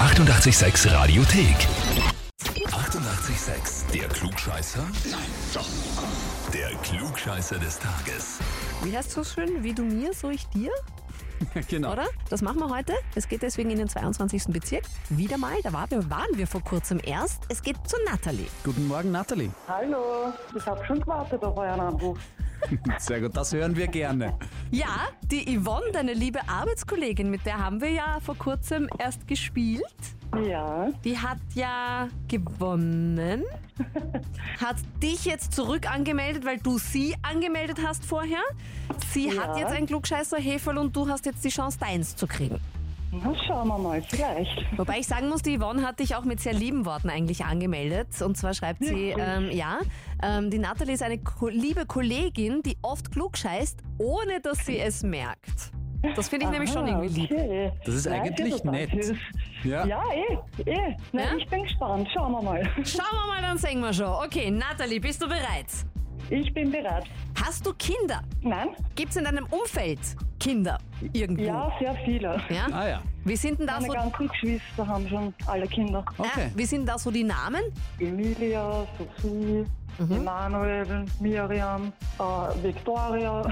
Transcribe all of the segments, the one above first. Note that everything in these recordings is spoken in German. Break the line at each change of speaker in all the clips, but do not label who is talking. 886 Radiothek. 88,6. Der Klugscheißer? Nein, doch. Der Klugscheißer des Tages.
Wie heißt so schön? Wie du mir, so ich dir,
genau.
oder? Das machen wir heute. Es geht deswegen in den 22. Bezirk. Wieder mal, da war, waren wir vor kurzem erst. Es geht zu Natalie.
Guten Morgen, Nathalie.
Hallo, ich habe schon gewartet auf euren Anruf.
Sehr gut, das hören wir gerne.
Ja, die Yvonne, deine liebe Arbeitskollegin, mit der haben wir ja vor kurzem erst gespielt.
Ja,
Die hat ja gewonnen. Hat dich jetzt zurück angemeldet, weil du sie angemeldet hast vorher. Sie
Ja.
hat jetzt ein klugscheißer Heferl und du hast jetzt die Chance, deins zu kriegen.
na schauen wir mal, vielleicht.
Wobei ich sagen muss, die Yvonne hat dich auch mit sehr lieben Worten eigentlich angemeldet. Und zwar schreibt sie, ähm, ja, ähm, die Natalie ist eine ko liebe Kollegin, die oft klug scheißt, ohne dass sie es merkt. Das finde ich nämlich schon
Ah,
irgendwie lieb.
okay.
Das ist
Nein,
eigentlich
das
nett.
ist-
Ja.
Ja, eh, eh. Na,
Ja?
Ich bin gespannt, schauen wir mal.
Schauen wir mal, dann sehen wir schon. Okay, Natalie, bist du bereit?
Ich bin bereit.
Hast du Kinder?
Nein?
Gibt es in deinem Umfeld Kinder irgendwo?
Ja,
Oh.
sehr viele.
Ja?
Ah ja,
Wie sind denn da
Meine
so,
ganzen Geschwister haben schon alle Kinder.
okay.
äh, wie sind da so die Namen?
Emilia, Sophie,
Mhm.
Emanuel, Miriam, äh, Victoria,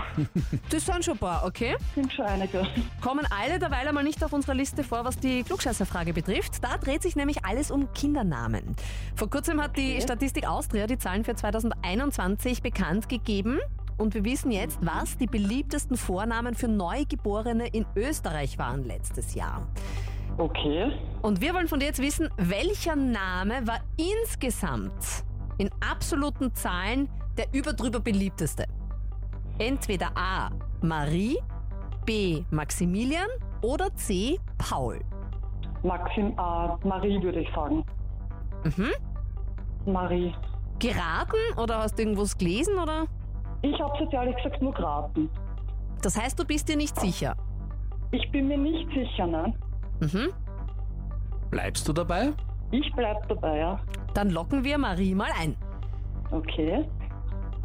Das sind schon ein paar, okay?
sind schon einige.
kommen alle derweil einmal nicht auf unserer Liste vor, was die Klugscheißerfrage betrifft. Da dreht sich nämlich alles um Kindernamen. Vor kurzem hat die Statistik Austria die Zahlen für 2021 bekannt gegeben. Und wir wissen jetzt, was die beliebtesten Vornamen für Neugeborene in Österreich waren letztes Jahr.
Okay.
Und wir wollen von dir jetzt wissen, welcher Name war insgesamt in absoluten Zahlen der überdrüber beliebteste? Entweder A. Marie, B. Maximilian oder C. Paul.
Maxim, äh, Marie würde ich sagen.
Mhm.
Marie.
Geraten oder hast du irgendwas gelesen oder?
Ich habe jetzt ehrlich gesagt nur geraten.
Das heißt, du bist dir nicht sicher.
Ich bin mir nicht sicher, ne? nein.
Mhm.
Bleibst du dabei?
Ich bleib dabei, ja.
Dann locken wir Marie mal ein.
Okay.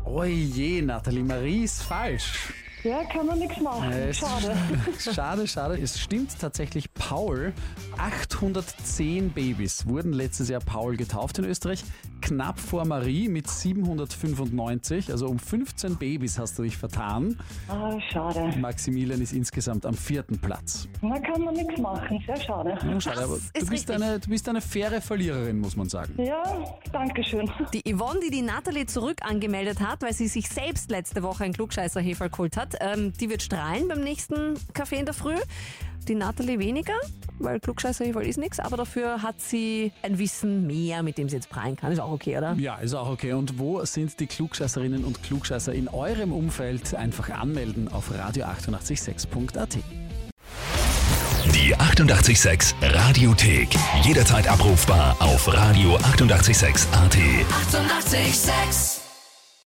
Oh je, Nathalie, Marie ist falsch.
Ja, kann man nichts machen.
Äh, es-
Schade.
schade, schade. Es stimmt tatsächlich, Paul. 810 Babys wurden letztes Jahr Paul getauft in Österreich. Knapp vor Marie mit 795. Also um 15 Babys hast du dich vertan.
Ah, schade.
Maximilian ist insgesamt am vierten Platz.
Na, kann man nichts machen. Sehr schade.
Ja, Schade,
Das
aber
ist
du bist,
richtig.
eine, du bist eine faire Verliererin, muss man sagen.
Ja, danke schön.
Die Yvonne, die die Natalie zurück angemeldet hat, weil sie sich selbst letzte Woche ein klugscheißer Heferl geholt hat, ähm, die wird strahlen beim nächsten Kaffee in der Früh. Die Natalie weniger, weil klugscheißer Heferl ist nichts, aber dafür hat sie ein Wissen mehr, mit dem sie jetzt prahlen kann. Ist auch okay, oder?
Ja, ist auch okay. Und wo sind die Klugscheißerinnen und Klugscheißer in eurem Umfeld? Einfach anmelden auf radio886.at.
Die 88,6 Radiothek. Jederzeit abrufbar auf radio886.at. 88,6.
So 86